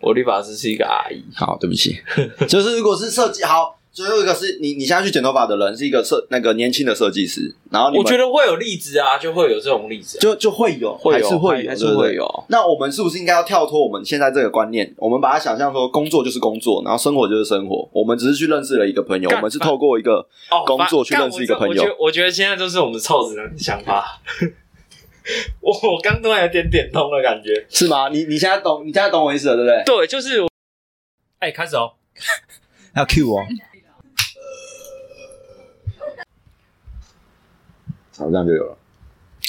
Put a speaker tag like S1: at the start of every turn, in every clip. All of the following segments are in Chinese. S1: 我理发师是一个阿姨，
S2: 好，对不起， 就是如果是设计好，最后一个是你，你现在去剪头发的人是一个设那个年轻的设计师，然后你
S1: 我
S2: 们
S1: 觉得会有例子啊，就会有这种例子啊、
S2: 就就会有，
S1: 会
S2: 还
S1: 有
S2: 是会有，
S1: 还
S2: 对
S1: 是
S2: 不对
S1: 会。有。
S2: 那我们是不是应该要跳脱我们现在这个观念？我们把它想象说，工作就是工作，然后生活就是生活。我们只是去认识了一个朋友，
S1: 干
S2: 我们是透过一个
S1: 哦，
S2: 工作
S1: 反
S2: 去认识一个朋友
S1: 干我觉得我觉得现在就是我们臭子的想法。 我我刚突然有点点通的感觉。
S2: 是吗？你你现在懂，你现在懂我意思了，对不对？
S1: 对，就是我哎、开始哦。
S2: 要 Q 我，好，这样就有了。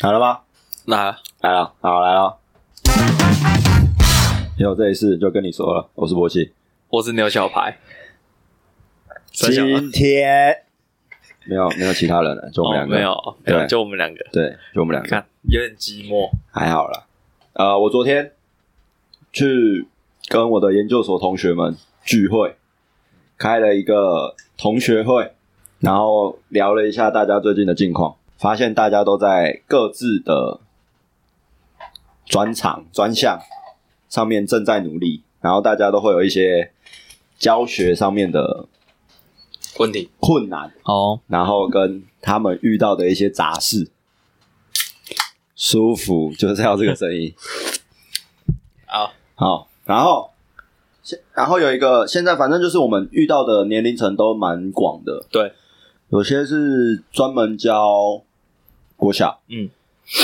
S2: 好了吗？
S1: 那
S2: 来了，好来了。有这一次就跟你说了，我是博奇。
S1: 我是牛小排，三小啊吗
S2: 今天没有没有其他人了，就我们
S1: 哦，
S2: 两个。
S1: 没有没有，
S2: 对
S1: 就我们两个。
S2: 对，就我们两个。
S1: 看，有点寂寞。
S2: 还好啦。呃，我昨天去跟我的研究所同学们聚会，开了一个同学会，然后聊了一下大家最近的近况，发现大家都在各自的专长、专项上面正在努力，然后大家都会有一些教学上面的
S1: 问题
S2: 困难，
S1: 哦，
S2: 然后跟他们遇到的一些杂事。舒服，就是要这个声音。
S1: 好，
S2: 好，然后现然后有一个现在反正就是我们遇到的年龄层都蛮广的，
S1: 对，
S2: 有些是专门教国小，
S1: 嗯，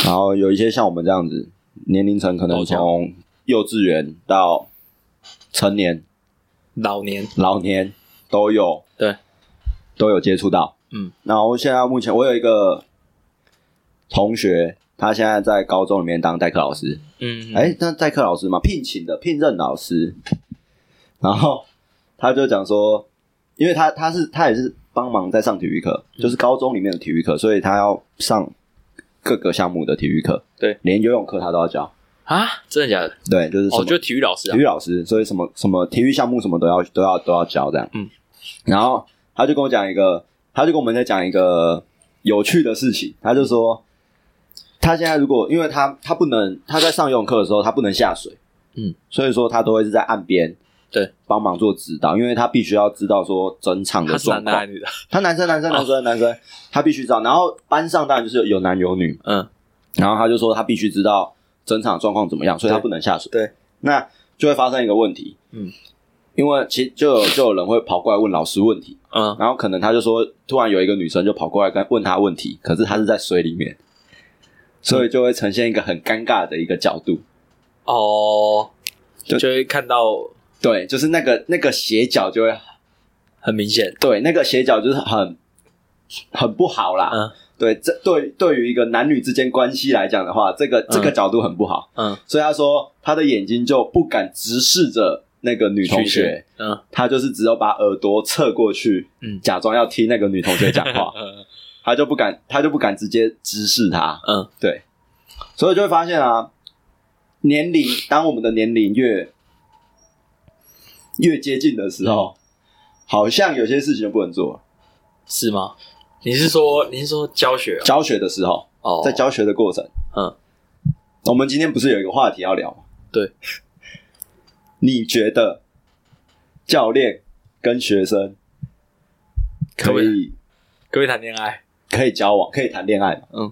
S2: 然后有一些像我们这样子，年龄层可能
S1: 都教
S2: 从幼稚园到成年、
S1: 老年
S2: 老年都有，
S1: 对，
S2: 都有接触到，
S1: 嗯，
S2: 然后现在目前我有一个同学，他现在在高中里面当代课老师，
S1: 嗯，
S2: 哎、那代课老师嘛，聘请的聘任老师，然后他就讲说，因为他他是他也是帮忙在上体育课，
S1: 嗯
S2: 就是高中里面的体育课，所以他要上各个项目的体育课，
S1: 对，
S2: 连游泳课他都要教，
S1: 啊，真的假的？
S2: 对，就是什
S1: 哦，
S2: 么、
S1: 就体育老师啊
S2: 体育，老师，所以什么什么体育项目什么都要都要都要教这样，
S1: 嗯，
S2: 然后他就跟我讲一个，他就跟我们在讲一个有趣的事情，他就说。他现在如果，因为他他不能，他在上游泳课的时候，他不能下水，所以说他都会是在岸边
S1: 嗯对
S2: 帮忙做指导，因为他必须要知道说整场的
S1: 他是男
S2: 状
S1: 的还
S2: 况。
S1: 是女的？
S2: 他男生男生男生男生，他必须知道。然后班上当然就是有男有女，
S1: 嗯，
S2: 然后他就说他必须知道整场状况怎么样，所以他不能下水。
S1: 对，
S2: 那就会发生一个问题，
S1: 嗯，
S2: 因为其实就有就有人会跑过来问老师问题，
S1: 嗯，
S2: 然后可能他就说，突然有一个女生就跑过来跟问他问题，可是他是在水里面，
S1: 嗯
S2: 所以就会呈现一个很尴尬的一个角度。
S1: 哦，
S2: 就
S1: 就会看到
S2: 对，就是那个那个斜角就会
S1: 很明显，
S2: 对，那个斜角就是很很不好啦。
S1: 嗯
S2: 对，这对对于一个男女之间关系来讲的话，这个这个角度很不好。
S1: 嗯
S2: 所以他说他的眼睛就不敢直视着那个女同
S1: 去
S2: 学，
S1: 嗯
S2: 他就是只有把耳朵侧过去，
S1: 嗯，
S2: 假装要听那个女同学讲话
S1: 嗯
S2: 他就不敢，他就不敢直接直视她。
S1: 嗯，
S2: 对，所以就会发现啊，年龄当我们的年龄越越接近的时候，好像有些事情就不能做了。
S1: 是吗？你是说你是说教学啊
S2: 教学的时候，
S1: 哦？
S2: 在教学的过程，
S1: 嗯，
S2: 我们今天不是有一个话题要聊吗？
S1: 对，
S2: 你觉得教练跟学生
S1: 可不
S2: 可
S1: 可以
S2: 以
S1: 各位谈恋爱，
S2: 可以交往，可以谈恋爱吗？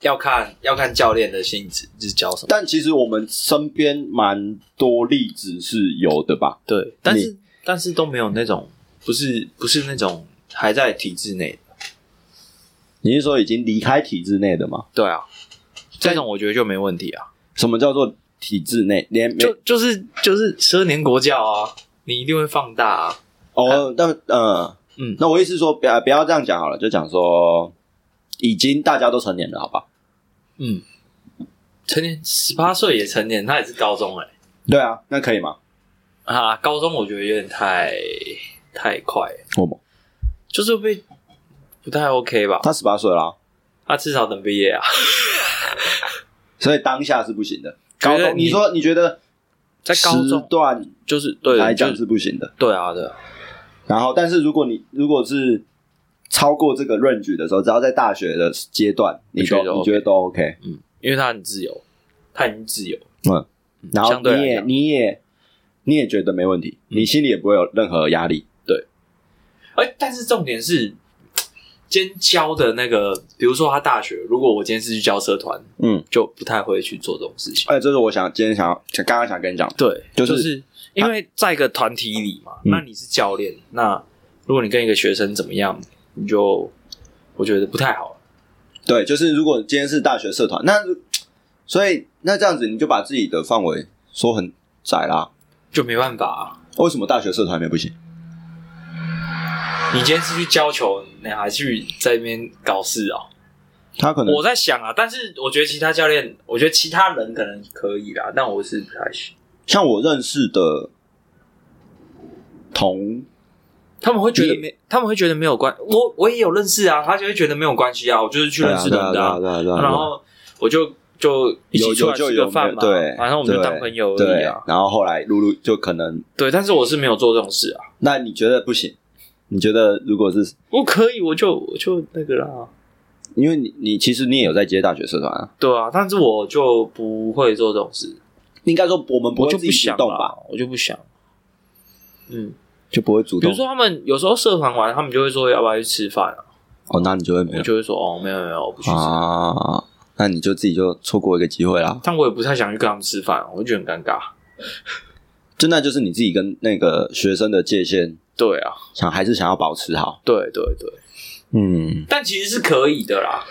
S1: 要看要看教练的性质是教什么。
S2: 但其实我们身边蛮多例子是有的吧？
S1: 对，但是但是都没有那种不是不是那种还在体制内的。
S2: 你是说已经离开体制内的吗？
S1: 对啊，这种我觉得就没问题啊。
S2: 什么叫做体制内？连没
S1: 就就是就是十二年国教啊，你一定会放大啊。
S2: 哦，那呃，
S1: 嗯，
S2: 那我意思说，不要不要这样讲好了，就讲说已经大家都成年了，好吧？
S1: 嗯，成年十八岁也成年，他也是高中哎、
S2: 对啊，那可以吗？
S1: 啊，高中我觉得有点太太快了，
S2: 我们
S1: 就是被不太 OK 吧？
S2: 他十八岁啦，
S1: 他至少等毕业啊，
S2: 所以当下是不行的。
S1: 觉
S2: 高
S1: 得
S2: 中，
S1: 你
S2: 你说你觉得
S1: 在高
S2: 时
S1: 中
S2: 段
S1: 就是对
S2: 来
S1: 就
S2: 讲是不行的。
S1: 对啊对啊，
S2: 然后，但是如果你如果是超过这个 range 的时候，只要在大学的阶段，你
S1: 我觉得
S2: 都你
S1: OK
S2: 觉得都 OK？
S1: 嗯，因为他很自由，他已经自由，
S2: 嗯然后
S1: 相对来
S2: 你也
S1: 讲嗯
S2: 你也你也觉得没问题，你心里也不会有任何压力。
S1: 哎，但是重点是，今天教的那个，比如说他大学，如果我今天是去教社团，
S2: 嗯，
S1: 就不太会去做这种事情。
S2: 哎，这是我想今天想要想刚刚想跟你讲的，
S1: 对，
S2: 就
S1: 就是是因为在一个团体里嘛，
S2: 嗯
S1: 那你是教练，那如果你跟一个学生怎么样，你就我觉得不太好。
S2: 对，就是如果今天是大学社团，那所以那这样子你就把自己的范围缩很窄啦。
S1: 就没办法、
S2: 为什么大学社团里面不行？
S1: 啊，你今天是去教球，你还去在那边搞事啊、
S2: 他可能
S1: 我在想啊，但是我觉得其他教练，我觉得其他人可能可以啦，但我是不太行。
S2: 像我认识的同
S1: 他们会觉得没，他们会觉得没有关，我我也有认识啊，他就会觉得没有关系啊，我就是去认识人的、
S2: 对啊对啊对啊对啊
S1: 然后我就就一
S2: 有
S1: 起出
S2: 有
S1: 来
S2: 就
S1: 吃
S2: 有
S1: 个饭嘛，
S2: 对，
S1: 反正我们就
S2: 对
S1: 当朋友而
S2: 对
S1: 已啊，。
S2: 然后后来露露就可能，
S1: 对，但是我是没有做这种事啊，
S2: 那你觉得不行？你觉得如果是
S1: 我可以，我就我就那个啦，
S2: 因为你你其实你也有在接大学社团啊，
S1: 对啊，但是我就不会做这种事，
S2: 应该说我们不
S1: 我
S2: 会
S1: 就
S2: 自
S1: 不
S2: 己主
S1: 想
S2: 动
S1: 啦
S2: 吧，，
S1: 我就不想。嗯，
S2: 就不会主
S1: 比
S2: 动
S1: 如。说他们有时候社团完，他们就会说要不要去吃饭啊，
S2: 哦，那你就会没
S1: 我
S2: 有
S1: 就会说哦没有没有，我不去吃。
S2: 啊，那你就自己就错过一个机会啦。
S1: 但我也不太想去跟他们吃饭，我就觉得很尴尬。
S2: 真的就是你自己跟那个学生的界限，
S1: 对啊，
S2: 想还是想要保持好。
S1: 对对对，
S2: 嗯，
S1: 但其实是可以的啦，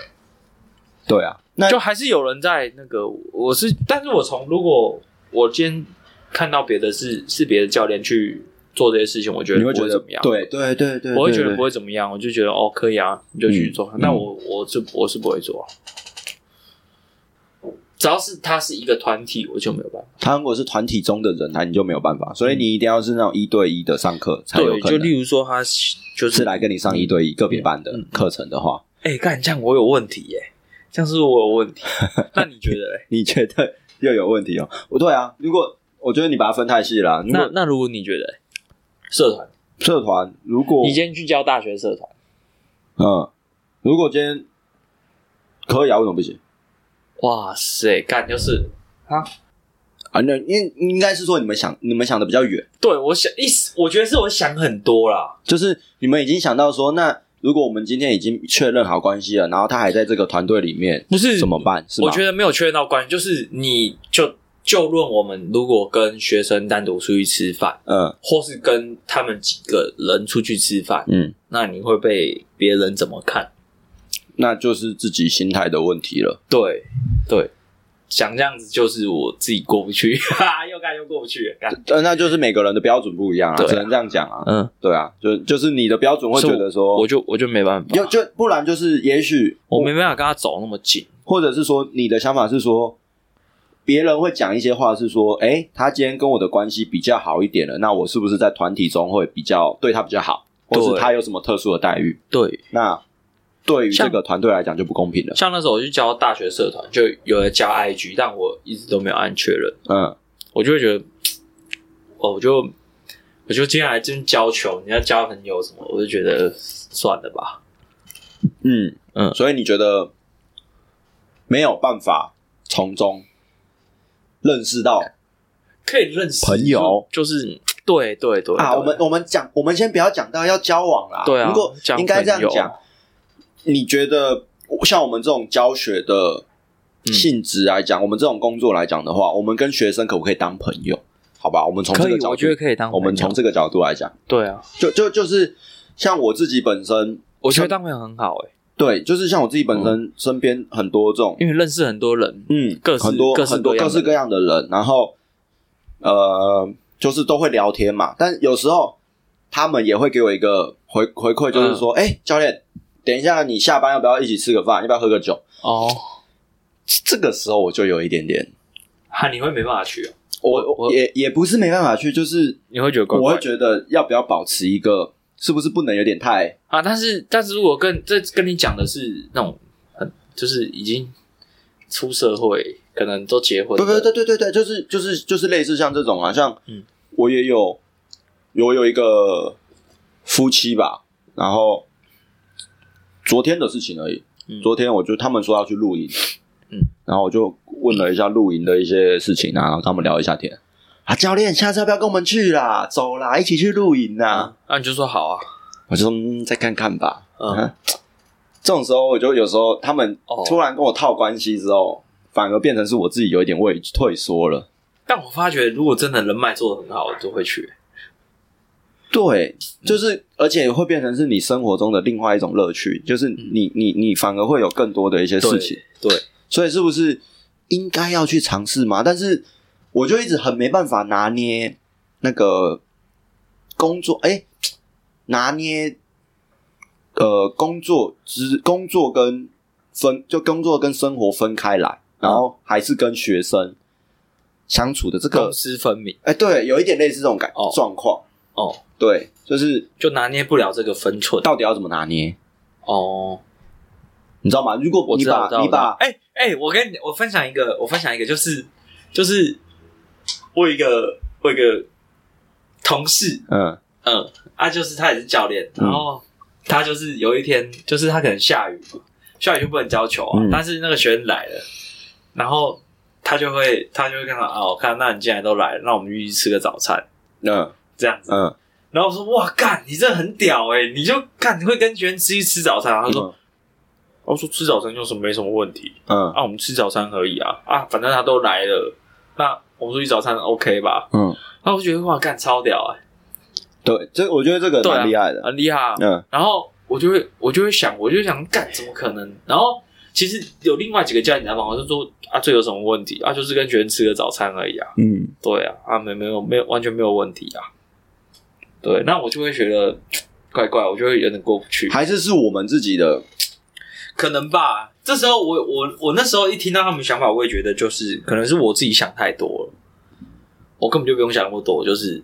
S2: 对啊。那
S1: 就还是有人在那个，我是，但是我从如果我今天看到别的是是别的教练去做这些事情，我觉得
S2: 你会
S1: 不
S2: 觉
S1: 会怎
S2: 得
S1: 么样，，
S2: 对对对对，
S1: 我会
S2: 对
S1: 觉得
S2: 对
S1: 不会怎么样，我就觉得哦可以啊，你就去做。
S2: 嗯
S1: 那
S2: 嗯
S1: 我我是我是不会做啊、只要是他是一个团体，我就没有办法。
S2: 他如果是团体中的人，那你就没有办法，所以你一定要是那种一对一的上课才有
S1: 嗯对，
S2: 可
S1: 就
S2: 能。
S1: 例如嗯说他是就是
S2: 来跟你上一对一个别班的课程的话，
S1: 哎，干、这样我有问题耶、这样是不是我有 问题。那你觉得嘞？
S2: 你觉得又有问题哦？ 不对啊，如果我觉得你把它分太细了啊，如
S1: 那
S2: 果
S1: 那如果你觉得嘞社团，哦
S2: 社团如果
S1: 你今天去教大学社团，
S2: 嗯，如果今天可以啊，为什么不行
S1: 哇塞，干就是
S2: 啊？那应应该是说你们想你们想的比较远，
S1: 对我想一时，我觉得是我想很多啦。
S2: 就是你们已经想到说，那如果我们今天已经确认好关系了，然后他还在这个团队里面，
S1: 不是
S2: 怎么办？是吗？
S1: 我觉得没有确认到关系，就是你就就论我们如果跟学生单独出去吃饭，
S2: 嗯
S1: 或是跟他们几个人出去吃饭，
S2: 嗯，
S1: 那你会被别人怎么看？
S2: 那就是自己心态的问题了。
S1: 对对，想这样子就是我自己过不去， 哈哈，又干又过不去，干
S2: 呃，那就是每个人的标准不一样啊，
S1: 对啊
S2: 只能这样讲啊。
S1: 嗯，
S2: 对啊，就就是你的标准会觉得说，
S1: 我就我就没办法，
S2: 就就不然就是也许
S1: 我没办法跟他走那么近，
S2: 或者是说你的想法是说，别人会讲一些话是说，哎、他今天跟我的关系比较好一点了，那我是不是在团体中会比较对他比较好，或
S1: 对
S2: 是他有什么特殊的待遇？
S1: 对，
S2: 那对于这
S1: 像
S2: 个团队来讲就不公平了。
S1: 像那时候我去教大学社团，就有人加 IG，但我一直都没有按确认，
S2: 嗯，
S1: 我就会觉得，哦，我就我就接下来真教球，你要交朋友什么，我就觉得算了吧。
S2: 嗯
S1: 嗯
S2: 嗯，所以你觉得没有办法从中认识到
S1: 可以认识
S2: 朋友
S1: 就，就是对对对
S2: 啊，
S1: 对
S2: 我们我们讲，我们先不要讲到要交往啦。
S1: 对啊
S2: 如果
S1: 讲
S2: 应该这样
S1: 朋友
S2: 讲，你觉得像我们这种教学的
S1: 嗯
S2: 性质来讲，我们这种工作来讲的话，我们跟学生可不可以当朋友？好吧，我们从这
S1: 可
S2: 个
S1: 以，
S2: 角
S1: 我
S2: 度
S1: 觉，得可以当
S2: 我
S1: 朋
S2: 们
S1: 友
S2: 从这个角度来讲，
S1: 对啊，
S2: 就就就是像我自己本身，
S1: 我觉得当朋友很好哎、
S2: 对，就是像我自己本
S1: 嗯
S2: 身身边很多这种
S1: 因为认识很多人，
S2: 嗯，
S1: 各式
S2: 很多
S1: 各式
S2: 很多
S1: 各样
S2: 各
S1: 的
S2: 式各样的人，然后呃，就是都会聊天嘛。但有时候他们也会给我一个回回馈，就是说，
S1: 嗯
S2: 哎、教练，等一下你下班要不要一起吃个饭？要不要喝个酒？
S1: 哦，
S2: 这个时候我就有一点点，
S1: 哈，你会没办法去、哦，
S2: 我
S1: 我
S2: 我也也不是没办法去，就是
S1: 你会觉得怪
S2: 我
S1: 怪
S2: 会觉得要不要保持一个，是不是不能有点太
S1: 啊。但是但是如果跟这跟你讲的是那种很就是已经出社会，可能都结婚
S2: 不
S1: 了，
S2: 不对对对对，就是就是就是类似像这种啊，像
S1: 嗯
S2: 我也有我有一个夫妻吧，然后昨天的事情而已。
S1: 嗯
S2: 昨天我就他们说要去露营，
S1: 嗯，
S2: 然后我就问了一下露营的一些事情啊，然后跟他们聊一下天。啊，教练，下次要不要跟我们去啦？走啦，一起去露营啦！
S1: 啊，你就说好啊，
S2: 我就说、嗯、再看看吧。
S1: 嗯，
S2: 这种时候，我就有时候他们
S1: 哦
S2: 突然跟我套关系之后，反而变成是我自己有一点畏退缩了。
S1: 但我发觉如果真的人脉做的很好，我就会去。
S2: 对，
S1: 嗯
S2: 就是而且会变成是你生活中的另外一种乐趣，就是你你你反而会有更多的一些事情。
S1: 嗯对对
S2: 所以是不是应该要去尝试嘛？但是我就一直很没办法拿捏那个工作，哎、拿捏呃工作之工作跟分就工作跟生活分开来，然
S1: 嗯
S2: 后还是跟学生相处的这个
S1: 公，私分明
S2: 哎、对，有一点类似这种感
S1: 哦
S2: 状况。
S1: 哦，
S2: 对，就是
S1: 就拿捏不了这个分寸
S2: 到底要怎么拿捏，
S1: 哦。
S2: 你知道吗？如果
S1: 我
S2: 你
S1: 知道，
S2: 把
S1: 我知道，
S2: 你
S1: 我知道
S2: 把
S1: 哎哎、我跟你我分享一个，我分享一个，就是就是我有一个我有一个同事，
S2: 嗯
S1: 嗯，啊，就是他也是教练，
S2: 嗯
S1: 然后他就是有一天，就是他可能下雨嘛，下雨就不能教球啊，
S2: 嗯
S1: 但是那个学生来了，然后他就会他就会跟他啊，我看那你既然都来了，那我们一起吃个早餐
S2: 嗯
S1: 这样子，
S2: 嗯，
S1: 然后我说哇干，你这很屌哎、你就干你会跟学生吃一吃早餐啊，他说。我说吃早餐有什么没什么问题
S2: 嗯
S1: 啊？我们吃早餐可以啊啊，反正他都来了，那我们出去早餐 OK 吧？
S2: 嗯，
S1: 然后我就觉得哇，干超屌哎、
S2: 对，这我觉得这个
S1: 对啊
S2: 蛮厉害的。
S1: 很厉害啊！
S2: 嗯
S1: 然后我就会我就会想，我就想干，怎么可能？然后其实有另外几个教练来访，我就说啊，这有什么问题啊？就是跟学生吃个早餐而已啊，
S2: 嗯
S1: 对啊，啊没没有没有完全没有问题啊，对，那我就会觉得怪怪，我就会有点过不去，
S2: 还是是我们自己的，
S1: 可能吧。这时候我我我那时候一听到他们想法，我也觉得就是可能是我自己想太多了，我根本就不用想那么多，就是。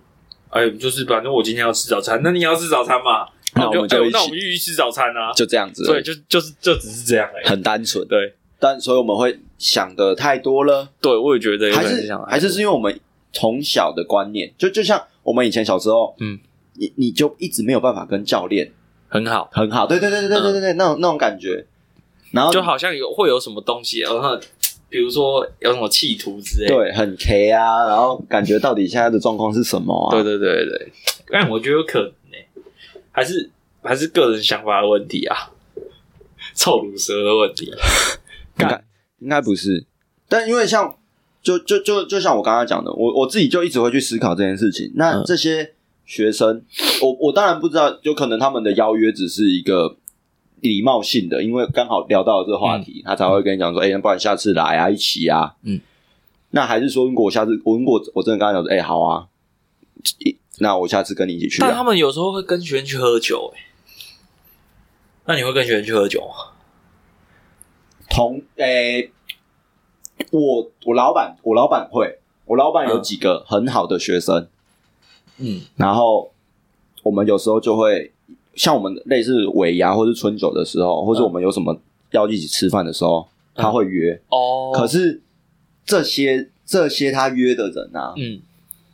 S1: 哎，就是反正我今天要吃早餐，那你也要吃早餐嘛？
S2: 那我们就
S1: 哎
S2: 一
S1: 那我们就
S2: 起
S1: 去吃早餐啊。
S2: 就这样子，
S1: 对，，就就是就只是这样而已。
S2: 很单纯。
S1: 对，
S2: 但所以我们会想的太多了，
S1: 对我也觉得有
S2: 还
S1: 点
S2: 是
S1: 像
S2: 还是是因为我们从小的观念，就就像我们以前小时候，
S1: 嗯，
S2: 你你就一直没有办法跟教练
S1: 很好，
S2: 很好，对对对对对对对对，那种那种感觉，然后
S1: 嗯就好像有会有什么东西，然后比如说有什么企图之类的。
S2: 对很 K 啊，然后感觉到底现在的状况是什么啊？
S1: 对对对对，但我觉得有可能呢、还是还是个人想法的问题啊，臭乳蛇的问题。啊
S2: 应
S1: 干
S2: 该应该不是，但因为像就就就就像我刚刚讲的，我我自己就一直会去思考这件事情。那
S1: 嗯
S2: 这些学生，我我当然不知道，有可能他们的邀约只是一个礼貌性的，因为刚好聊到了这个话题，他才会跟你讲说，哎、那不然下次来啊，一起啊。
S1: 嗯，
S2: 那还是说，如果我下次，我如果我真的跟他讲说，哎、好啊，一那我下次跟你一起去
S1: 但他
S2: 啊。
S1: 们有时候会跟学生去喝酒、欸，那你会跟学生去喝酒吗？
S2: 同诶、我我老板，我老板会，我老板有几个很好的学生。
S1: 嗯，
S2: 然后我们有时候就会像我们类似尾牙或是春酒的时
S1: 嗯
S2: 候，或是我们有什么要一起吃饭的时候，他会约。
S1: 哦，
S2: 可，是这些这些他约的人啊，
S1: 嗯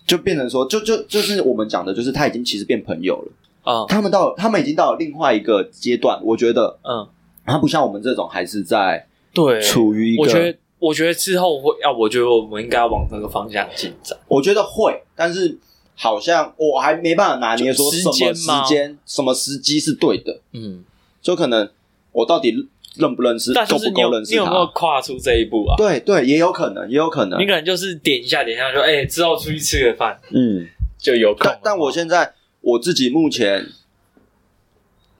S2: 就变成说，就就就是我们讲的，就是他已经其实变朋友了。
S1: 啊，
S2: 他们到他们已经到了另外一个阶段，我觉得
S1: 嗯，
S2: 他不像我们这种还是在
S1: 对，
S2: 处于一个，
S1: 我觉得，我觉得之后会啊要，我觉得我们应该要往那个方向进展。
S2: 我觉得会，但是好像我还没办法拿捏说
S1: 就
S2: 什
S1: 时
S2: 么
S1: 间吗
S2: 时间、什么时机是对的。
S1: 嗯，
S2: 就可能我到底认不认识，
S1: 但
S2: 够
S1: 就是
S2: 不
S1: 你有
S2: 够认
S1: 你
S2: 识
S1: 有没有
S2: 他？
S1: 跨出这一步啊？
S2: 对啊对，也有可能，也有可能
S1: 你。可能就是点一下点一下，说哎、之后出去吃个饭
S2: 嗯，
S1: 就有空了
S2: 但
S1: 嘛。
S2: 但我现在我自己目前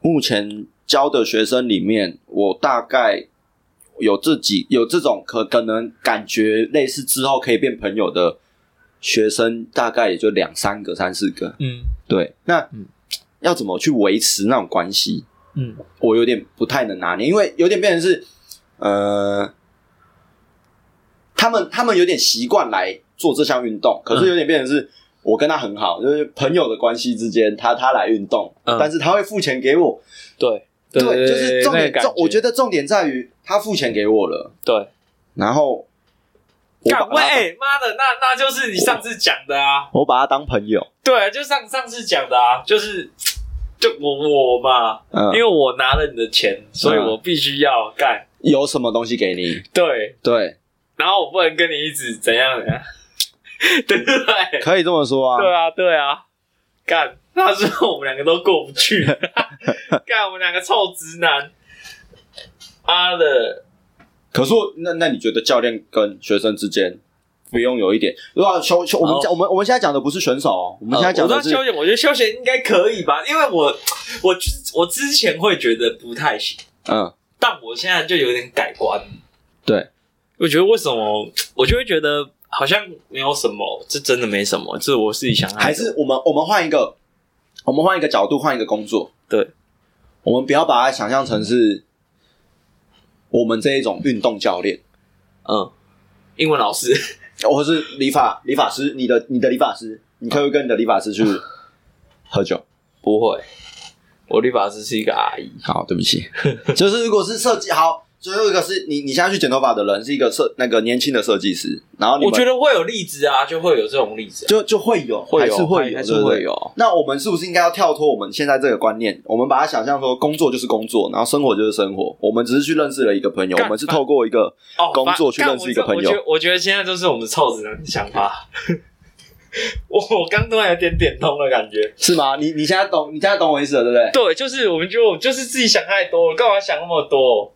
S2: 目前教的学生里面，我大概有自己有这种可可能感觉类似之后可以变朋友的学生，大概也就两三个、三四个。
S1: 嗯
S2: 对，那、
S1: 嗯
S2: 要怎么去维持那种关系？
S1: 嗯
S2: 我有点不太能拿捏，因为有点变成是，呃，他们他们有点习惯来做这项运
S1: 嗯
S2: 动，可是有点变成是、我跟他很好，就是朋友的关系之间，他他来运动，
S1: 嗯
S2: 但是他会付钱给我，
S1: 对
S2: 对，就是重点
S1: 那个感
S2: 重，我觉
S1: 得
S2: 得重点在于他付钱给我了，
S1: 对。
S2: 然后我把
S1: 干喂，
S2: 他
S1: 哎妈、的，那那就是你上次讲的啊，
S2: 我把他当朋友，
S1: 对，就上上次讲的啊，就是就我我嘛，
S2: 嗯
S1: 因，为我拿了你的钱，所以我必须要干。
S2: 有什么东西给你，
S1: 对，
S2: 对，
S1: 然后我不能跟你一直怎样怎样， 对不对？
S2: 可以这么说啊。
S1: 对啊，对啊，干，那时候我们两个都过不 去，干，我们两个臭直男，妈的，
S2: 可是我那那你觉得教练跟学生之间不用有一点？如果球球，我们
S1: 哦
S2: 讲我们我们现在讲的不是选手哦，我们现在讲
S1: 呃
S2: 的
S1: 我知
S2: 是
S1: 道休闲，我觉得休闲应该可以吧，因为我我之我之前会觉得不太行，
S2: 嗯，
S1: 但我现在就有点改观。
S2: 对，
S1: 我觉得为什么我就会觉得好像没有什么，这真的没什么，这我自己想
S2: 还是我们我们换一个，我们换一个角度，换一个工作。
S1: 对，
S2: 我们不要把它想象成是我们这一种运动教练，
S1: 嗯，英文老师
S2: 或是理发理发师，你的你的理发师，你可不可以跟你的理发师 去喝酒？
S1: 不会，我理发师是一个阿姨，
S2: 好，对不起， 就是如果是设计好，最后一个是你你现在去剪头发的人是一个设那个年轻的设计师，然后你
S1: 我
S2: 们
S1: 觉得会有例子啊，就会有这种例子啊、
S2: 就就会有，还是会有，
S1: 还
S2: 对
S1: 是
S2: 不对
S1: 会。有。
S2: 那我们是不是应该要跳脱我们现在这个观念？我们把它想象说，工作就是工作，然后生活就是生活。我们只是去认识了一个朋友，
S1: 干
S2: 我们是透过一个
S1: 哦
S2: 工
S1: 反
S2: 作去认识一个朋
S1: 干我觉
S2: 友
S1: 得我觉得我觉得现在就是我们臭直男的想法。我我刚突然有点点通的感觉。
S2: 是吗？你你现在懂，你现在懂我意思了，对不对？
S1: 对，就是我们就就是自己想太多，了，干嘛想那么多？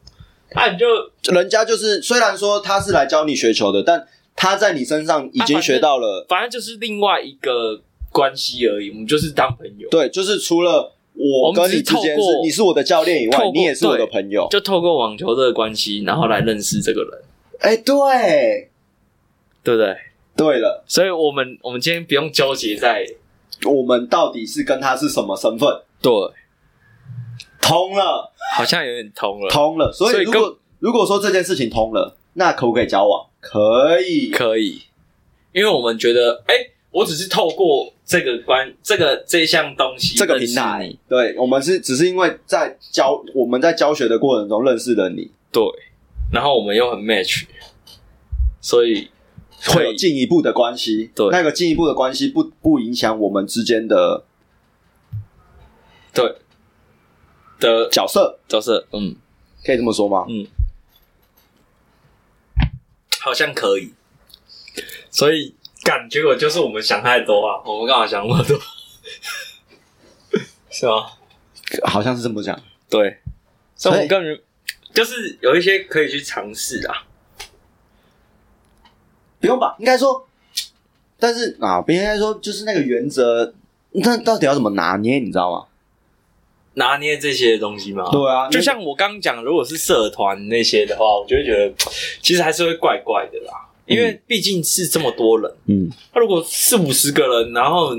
S1: 啊，你就
S2: 人家就是虽然说他是来教你学球的，但他在你身上
S1: 啊
S2: 已
S1: 反
S2: 经
S1: 正
S2: 学到了。
S1: 反正就是另外一个关系而已，我们就是当朋友，
S2: 对，就是除了我
S1: 我们
S2: 跟
S1: 只
S2: 你
S1: 是
S2: 之间
S1: 透
S2: 是
S1: 过
S2: 你是我的教练以
S1: 透
S2: 外，
S1: 过
S2: 你也是我的
S1: 对
S2: 朋友。
S1: 就透过网球这个关系，然后来认识这个人，
S2: 哎，对，
S1: 对不对？
S2: 对了，
S1: 所以我们我们今天不用纠结在
S2: 我们到底是跟他是什么身份？
S1: 对，
S2: 通了。
S1: 好像有点通了，
S2: 通了，所
S1: 所
S2: 以
S1: 以
S2: 如果如果说这件事情通了，那可不可以交往？可以，
S1: 可以，因为我们觉得，哎、我只是透过这个关这个这项东西
S2: 这个
S1: 认
S2: 平
S1: 识
S2: 台
S1: 你，
S2: 对我们是只是因为在教我们在教学的过程中认识了你，
S1: 对，然后我们又很 match，所以
S2: 会有进一步的关系。
S1: 对
S2: 那个进一步的关系不不影响我们之间的
S1: 对的
S2: 角色，
S1: 角色，嗯，
S2: 可以这么说吗？
S1: 好像可以，所以感觉我就是我们想太多啊，我们干嘛想那么多？ 是吗？
S2: 好像是这么讲。
S1: 对，所以
S2: 所以
S1: 我个人就是有一些可以去尝试啊，
S2: 不用吧？应该说，但是啊，不应该说就是那个原则，那到底要怎么拿捏？你知道吗？
S1: 拿捏这些东西嘛，
S2: 对啊，
S1: 就像我刚讲，如果是社团那些的话，我就会觉得其实还是会怪怪的啦，因为毕竟是这么多人，
S2: 嗯，
S1: 那、如果四五十个人，然后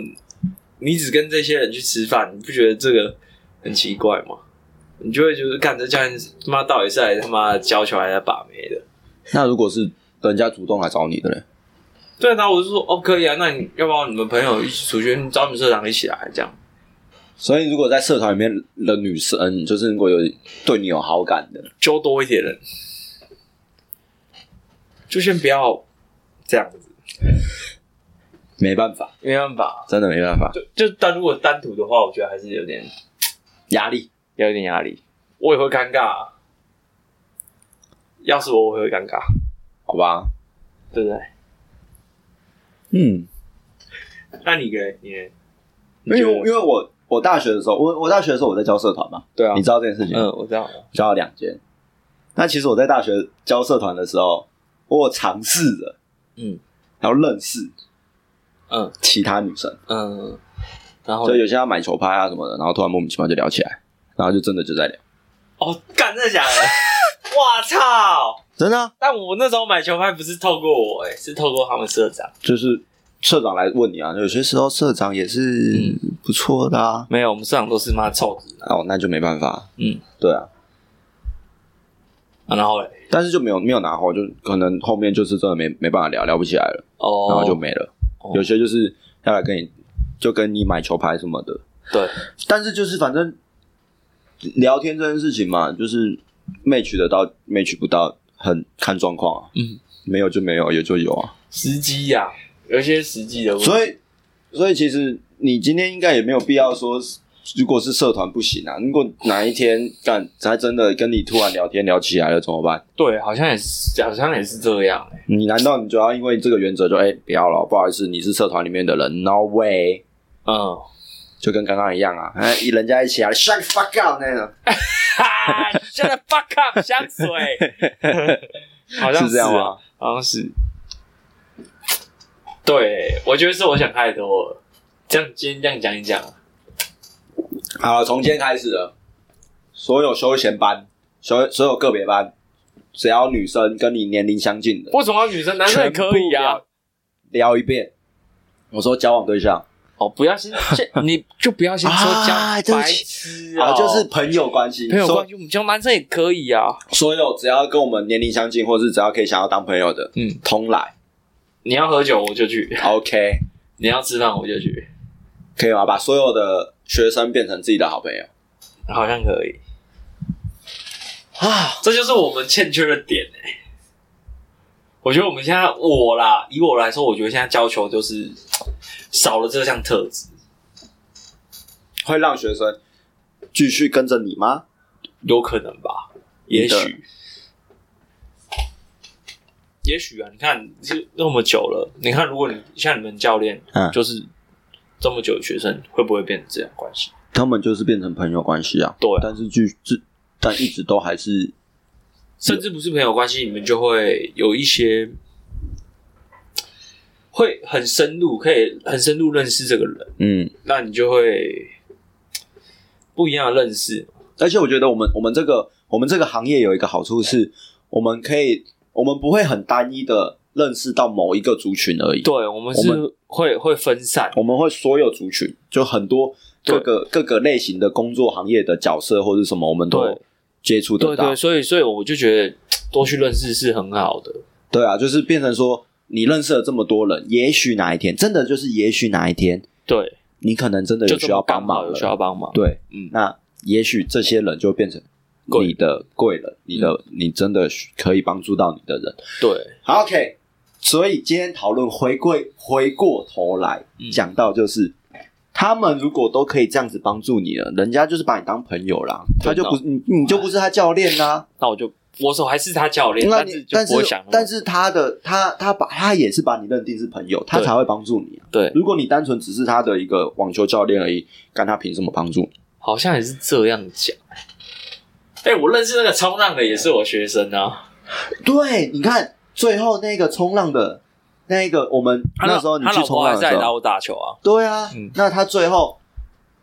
S1: 你只跟这些人去吃饭，你不觉得这个很奇怪吗？你就会觉得，干这教练他妈到底是来他妈教球还是来把妹的？
S2: 那如果是人家主动来找你的嘞，
S1: 对啊，然后我就说，哦，可以啊，那你要不要你们朋友一起出去，你找你们社长一起来这样？
S2: 所以，如果在社团里面的女生，就是如果有对你有好感的，
S1: 揪多一点人，就先不要这样子，
S2: 没办法，
S1: 没办法，啊
S2: 真的没办法，
S1: 就就但如果单独的话，我觉得还是有点
S2: 压力。
S1: 有点压力，我也会尴尬、啊。要是我，我也会尴尬，
S2: 好吧，
S1: 对不对？
S2: 嗯，
S1: 那你给你嘞
S2: 因为我因为我我大学的时候，我我大学的时候我在教社团嘛，
S1: 对啊
S2: 你知道这件事情，
S1: 嗯，我知道，
S2: 教了两间。那其实我在大学教社团的时候，我有尝试着，
S1: 嗯，
S2: 然后认识
S1: 嗯
S2: 其他女生，
S1: 嗯，然后
S2: 就有些要买球拍啊什么的，然后突然莫名其妙就聊起来，然后就真的就在聊，
S1: 哦，干真的假的？哇操！
S2: 真的啊、
S1: 但我那时候买球拍不是透过我、欸，是透过他们社长。
S2: 就是社长来问你啊，有些时候社长也是不错的啊。
S1: 没有，我们社长都是妈臭直男。
S2: 嗯哦，那就没办法。
S1: 嗯，
S2: 对啊，
S1: 啊然后嘞，
S2: 但是就没有没有拿后，就可能后面就是真的没没办法聊，聊不起来了，
S1: 哦，
S2: 然后就没了。
S1: 哦
S2: 有些就是要来跟你，就跟你买球拍什么的，
S1: 对，
S2: 但是就是反正聊天这件事情嘛，就是 match 得到，match 不到，很看状况啊。
S1: 嗯，
S2: 没有就没有，有就有啊。
S1: 时机呀、有一些时机的问题。
S2: 所以，所以其实你今天应该也没有必要说如果是社团不行啊，如果哪一天干才真的跟你突然聊天聊起来了怎么办？
S3: 对，好像也是，好像也是这样、欸。
S2: 你难道你就要因为这个原则就哎、不要了，不好意思，你是社团里面的人，no way，
S3: 嗯，
S2: 就跟刚刚一样啊，哎，人家一起来 shut the fuck up 那种，
S3: 哈，真的 fuck up 香 水，好像
S2: 是这样
S3: 啊
S2: 吗？
S3: 好像是。对，我觉得是我想太多了。这样今天这样讲一讲，啊
S2: 好了，从今天开始了，所有休闲班，所所有个别班，只要女生跟你年龄相近的，
S3: 为什么要女生男生也可以啊？
S2: 聊一遍。我说交往对象
S3: 哦，不 要先，先你就不要先说讲
S2: 啊对不
S3: 白
S2: 起
S3: 痴
S2: 啊，
S3: 哦
S2: 就是朋友关系，
S3: 朋友
S2: 所
S3: 关系，我们交男生也可以啊。
S2: 所有只要跟我们年龄相近，或是只要可以想要当朋友的，
S3: 嗯，
S2: 通来
S3: 你要喝酒我就去，
S2: ，OK，
S3: 你要吃饭我就去，
S2: 可以吗？把所有的学生变成自己的好朋友
S3: 好像可以。
S2: 啊！
S1: 这就是我们欠缺的点哎、我觉得我们现在我啦，以我来说，我觉得现在教球就是少了这项特质。
S2: 会让学生继续跟着你吗？
S1: 有可能吧，也
S2: 你
S1: 许，也许啊，你看就那么久了，你看如果你像你们教练，
S2: 嗯
S1: 就是这么久的学生，会不会变成这样关系？
S2: 他们就是变成朋友关系啊，
S1: 对啊
S2: 但是继这但一直都还是
S1: 甚至不是朋友关系，你们就会有一些会很深入，可以很深入认识这个人，
S2: 嗯，
S1: 那你就会不一样的认识。
S2: 而且我觉得我们我们这个我们这个行业有一个好处是，我们可以我们不会很单一的认识到某一个族群而已，
S3: 对，我们
S2: 我们
S3: 是会会分散，
S2: 我们会所有族群，就很多各个各个类型的工作行业的角色或者什么，我们都
S3: 对
S2: 接触得
S3: 对
S2: 到。
S3: 对，所以所以我就觉得多去认识是很好的。
S2: 对啊，就是变成说，你认识了这么多人，也许哪一天真的就是，也许哪一天
S3: 对，
S2: 你可能真的
S3: 就
S2: 有
S3: 这
S2: 需
S3: 么
S2: 要
S3: 刚
S2: 帮
S3: 好
S2: 忙
S3: 有
S2: 了。
S3: 需要帮忙。
S2: 对，
S3: 嗯，
S2: 那也许这些人就变成
S3: 贵嗯
S2: 你的贵人，你的、你真的可以帮助到你的人。
S3: 对，
S2: 好，OK。所以今天讨论回归回过头来
S3: 嗯
S2: 讲到就是，他们如果都可以这样子帮助你了，人家就是把你当朋友啦，他
S3: 真的
S2: 就不你你就不是他教练啦、
S3: 那我就我手还是他教
S1: 哎
S3: 练，
S2: 那
S3: 但
S2: 你
S3: 是
S2: 但
S3: 就不会
S2: 是
S3: 想那么，
S2: 但是他的他他把他也是把你认定是朋友，他
S3: 对
S2: 才会帮助你啊。
S3: 对，
S2: 如果你单纯只是他的一个网球教练而已，干他凭什么帮助你？
S3: 好像也是这样讲。
S1: 哎、我认识那个冲浪的也是我学生啊，
S2: 对，你看最后那个冲浪的，那个我们
S1: 他
S2: 那时候你
S1: 他
S2: 去
S1: 老
S2: 冲
S1: 婆还
S2: 浪的
S1: 在
S2: 时候
S1: 打，我打球啊，
S2: 对啊，
S3: 嗯
S2: 那他最后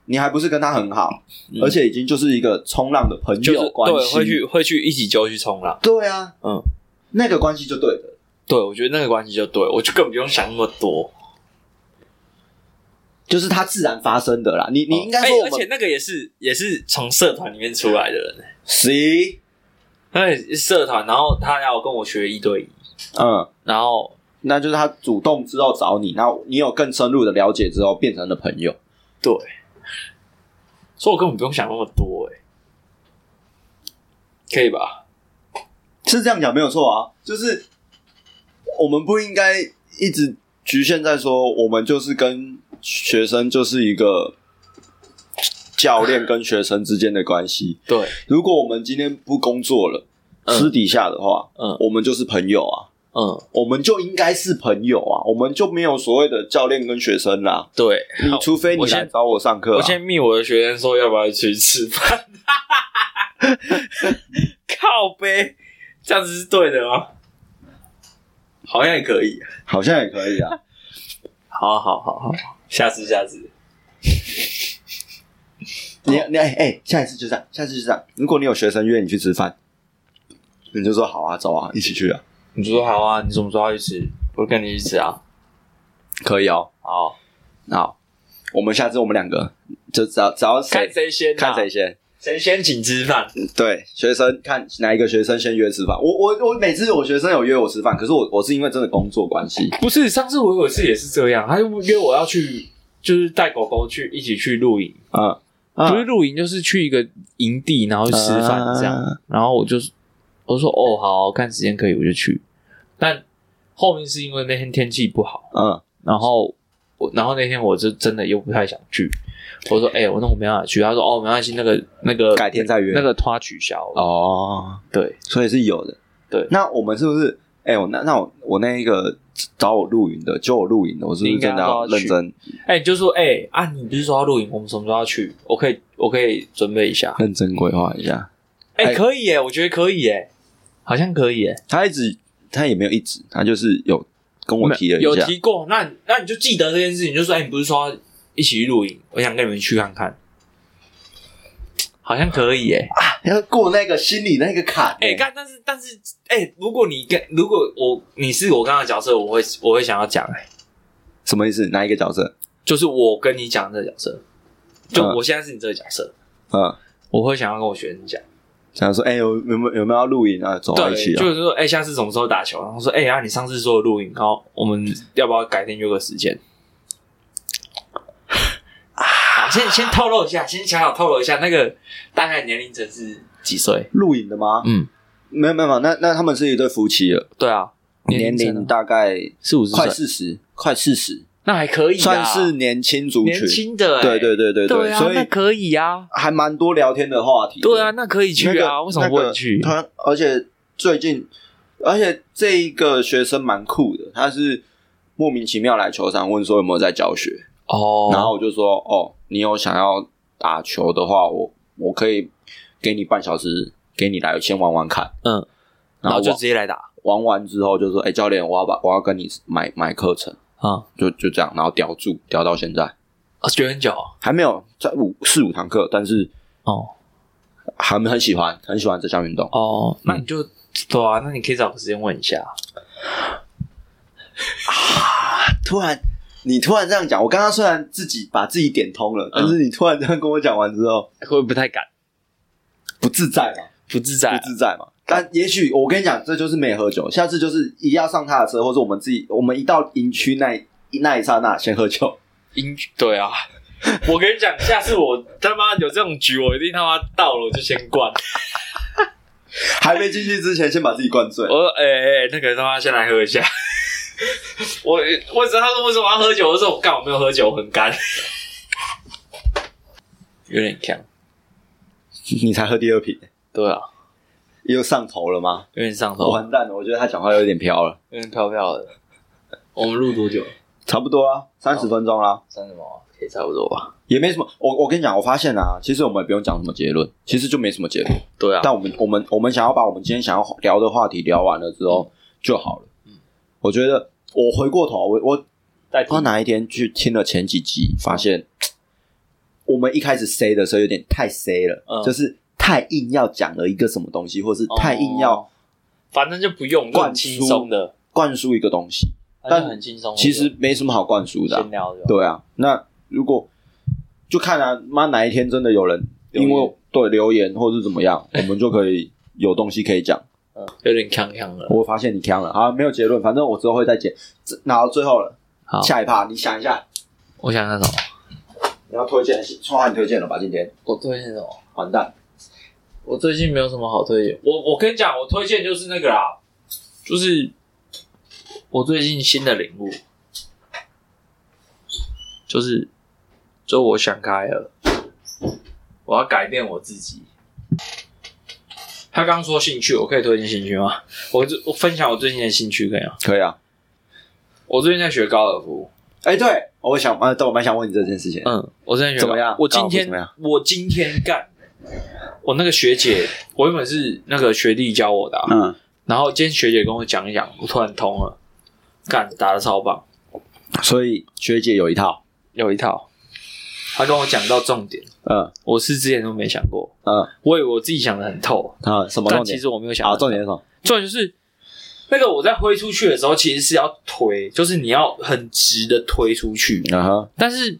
S2: 你还不是跟他很好，
S3: 嗯
S2: 而且已经就是一个冲浪的朋
S1: 嗯就是
S2: 友关
S1: 对
S2: 系，
S1: 会去会去一起就去冲浪。
S2: 对啊，
S3: 嗯，
S2: 那个关系就对了。
S1: 对，我觉得那个关系就对，我就根本不用想那么多。
S2: 就是它自然发生的啦， 你你应该
S1: 哎
S2: 说我
S1: 而且
S2: 们
S1: 那个也是也是从社团里面出来的人，欸
S2: 谁、
S1: 那也是社团，然后他要跟我学一对一，
S2: 嗯，
S1: 然后
S2: 那就是他主动之后找你，然后你有更深入的了解之后变成了朋友。
S1: 对，所以我根本不用想那么多、哎，可以吧？
S2: 是这样讲没有错啊，就是我们不应该一直局限在说我们就是跟学生就是一个教练跟学生之间的关系。
S3: 对，
S2: 如果我们今天不工作了，
S3: 嗯
S2: 私底下的话，
S3: 嗯
S2: 我们就是朋友啊，
S3: 嗯，
S2: 我们就应该是朋友啊，我们就没有所谓的教练跟学生啦。
S3: 对，
S2: 你除非你
S1: 我
S2: 来
S1: 先
S2: 找我上课、啊，
S1: 我先密我的学生说要不要去吃饭， 靠呗，这样子是对的吗？好像也可以，
S2: 好像也可以啊。
S1: 好好好好，下次下次，
S2: 你你哎哎，下一次就这样，下次就这样。如果你有学生约你去吃饭，你就说好啊，走啊，一起去啊，
S1: 你就说好啊，你什么时候要去吃？我跟你去吃啊，
S2: 可以哦。
S1: 好。
S2: 好，我们下次我们两个就只要只要谁
S1: 看谁先、啊
S2: 看谁先，
S1: 谁先请吃饭。
S2: 对学生看哪一个学生先约吃饭。我我我每次我学生有约我吃饭，可是我我是因为真的工作关系，
S1: 不是，上次我有一次也是这样，他就约我要去，就是带狗狗去一起去露营，
S2: 嗯，
S1: 啊
S3: 不是露营，就是去一个营地，然后去吃饭这样。
S2: 啊
S3: 然后我就我说哦，好，看时间可以我就去。但后面是因为那天天气不好，
S2: 嗯
S3: 然后
S1: 我然后那天我就真的又不太想去，我说哎、我那我没办法去，他说哦没关系，那个那个
S2: 改天再约
S1: 那个他取消了。
S2: 哦，
S1: 对，
S2: 所以是有的。
S1: 对
S2: 那我们是不是？哎、我那那我我那一个找我露营的，揪我露营的，我是不
S1: 你
S2: 是
S1: 应该
S2: 真的要
S1: 要
S2: 认
S1: 去
S2: 真
S1: 哎、你就说哎、啊，你不是说要录影，我们什么时候要去？我可以我可以准备一下。
S2: 认真规划一下？
S1: 哎、
S2: 哎
S1: 可以耶，我觉得可以耶，好像可以耶。
S2: 他一直他也没有一直，他就是有跟我提了
S1: 有
S2: 一下，
S1: 提过，那你那你就记得这件事情，就说哎、你不是说要一起去露营，我想跟你们去看看，好像可以耶。
S2: 要过那个心里那个坎、
S1: 哎、看，但是但是哎、如果你跟如果我你是我刚刚的角色，我会我会想要讲哎、
S2: 什么意思？哪一个角色？
S1: 就是我跟你讲这个角色，就
S2: 嗯
S1: 我现在是你这个角色，
S2: 嗯，
S1: 我会想要跟我学生讲，
S2: 想说，哎、有有没有有没有要露营啊？走到一起
S1: 对，
S2: 啊
S1: 就？是说哎、下次什么时候打球？然后说哎、啊，你上次说的露营，然后我们要不要改天约个时 间？啊，先先透露一下，先小小透露一下，那个大概年龄层是几岁？
S2: 露营的吗？
S1: 嗯，
S2: 没有没有，没有那那他们是一对夫妻了，
S1: 对啊，
S2: 年龄大概
S1: 四五十
S2: 快
S1: 岁，
S2: 四十，快四十，
S1: 那还可以啊，
S2: 算是年轻族群
S1: 年。轻的、欸，
S2: 对对对对
S1: 对啊，
S2: 所
S1: 那
S2: 以
S1: 可以啊，
S2: 还蛮多聊天的话题的。
S1: 对啊，那可以去啊，
S2: 那个
S1: 为什么不能去？
S2: 那个他而且最近，而且这一个学生蛮酷的，他是莫名其妙来球场问说有没有在教学，
S1: 哦，
S2: 然后我就说哦，你有想要打球的话，我我可以给你半小时，给你来先玩玩看，
S1: 嗯，
S2: 然
S1: 然
S2: 后
S1: 后就
S2: 就
S1: 直接来打
S2: 玩完之后就说，哎、教练，我要把我要跟你买买课程，
S1: 啊，
S2: 就就这样，然后叼住叼到现在
S1: 啊学很久哦
S2: 还没有在五四五堂课，但是
S1: 哦
S2: 还很喜欢很喜欢这项运动。
S1: 哦，那
S2: 嗯
S1: 你就对啊，那你可以找个时间问一下，
S2: 突然，你突然这样讲，我刚刚虽然自己把自己点通了，但是你突然这样跟我讲完之后，
S1: 会不会不太敢，
S2: 不自在嘛？
S1: 不自在啊
S2: 不自在嘛？但也许我跟你讲，这就是没喝酒。下次就是一要上他的车，或者我们自己，我们一到营区那一那一刹那先喝 酒。
S1: 应对 啊。我跟你讲，下次我他妈有这种局，我一定他妈到了我就先灌。
S2: 还没进去之前，先把自己灌醉
S1: 我。说，哎、哎、那个他妈先来喝一下。 我我知道他说为什么要喝酒，我说我干我没有喝酒，我很干，有点呛。
S2: 你才喝第二瓶，
S1: 对啊，
S2: 又上头了吗？
S1: 有点上头，
S2: 完蛋了，我觉得他讲话有点飘了。
S1: 有点飘飘的。我们录多久？
S2: 差不多啊，三十分钟啦，
S1: 三十毛，也差不多吧。
S2: 也没什么。我我跟你讲，我发现啊，其实我们也不用讲什么结论，其实就没什么结论。
S1: 对啊，
S2: 但我们我们我们想要把我们今天想要聊的话题聊完了之
S1: 嗯
S2: 后就好了。我觉得我回过头，我我
S1: 再
S2: 他
S1: 听
S2: 哪一天去听了前几集，发现我们一开始 say 的时候有点太 say 了，
S1: 嗯
S2: 就是太硬要讲了一个什么东西，或是太硬要
S1: 哦反正就不用，
S2: 灌
S1: 很轻松的，
S2: 灌输一个东西，
S1: 但很轻松的。
S2: 其实没什么好灌输的啊、
S1: 闲聊的，
S2: 对啊，那如果就看啊，妈哪一天真的有人
S1: 留言
S2: 因为对留言或是怎 么样，我们就可以有东西可以讲。
S1: 嗯，有点呛呛了。
S2: 我发现你扛了啊，没有结论，反正我之后会再剪。这然后最后了，
S1: 好
S2: 下一趴你想一下，
S1: 我想看什么？
S2: 你要推荐，说话你推荐了吧？今天
S1: 我推荐什么？
S2: 完蛋，
S1: 我最近没有什么好推荐。我我跟你讲，我推荐就是那个啦，就是我最近新的领悟，就是就我想开了，我要改变我自己。他刚说兴趣，我可以推荐兴趣吗？我就我分享我最近的兴趣可以吗？
S2: 可以啊。
S1: 我最近在学高尔夫，
S2: 哎，对，我想啊，对，我蛮想问你这件事情。
S1: 嗯，我之前学
S2: 怎么样
S1: 我今天
S2: 高尔夫怎么样
S1: 我今天干，我那个学姐，我原本是那个学弟教我的、啊，
S2: 嗯，
S1: 然后今天学姐跟我讲一讲，我突然通了，干打的超棒，
S2: 所以学姐有一套，
S1: 有一套。她跟我讲到重点，
S2: 嗯
S1: 我是之前都没想过，
S2: 嗯，
S1: 我以为我自己想的很透，
S2: 啊，什么重
S1: 但其
S2: 点？
S1: 实我没有想
S2: 啊，
S1: 到
S2: 重点是什么？
S1: 重点就是那个我在挥出去的时候，其实是要推，就是你要很直的推出去，
S2: 啊哈，
S1: 但是。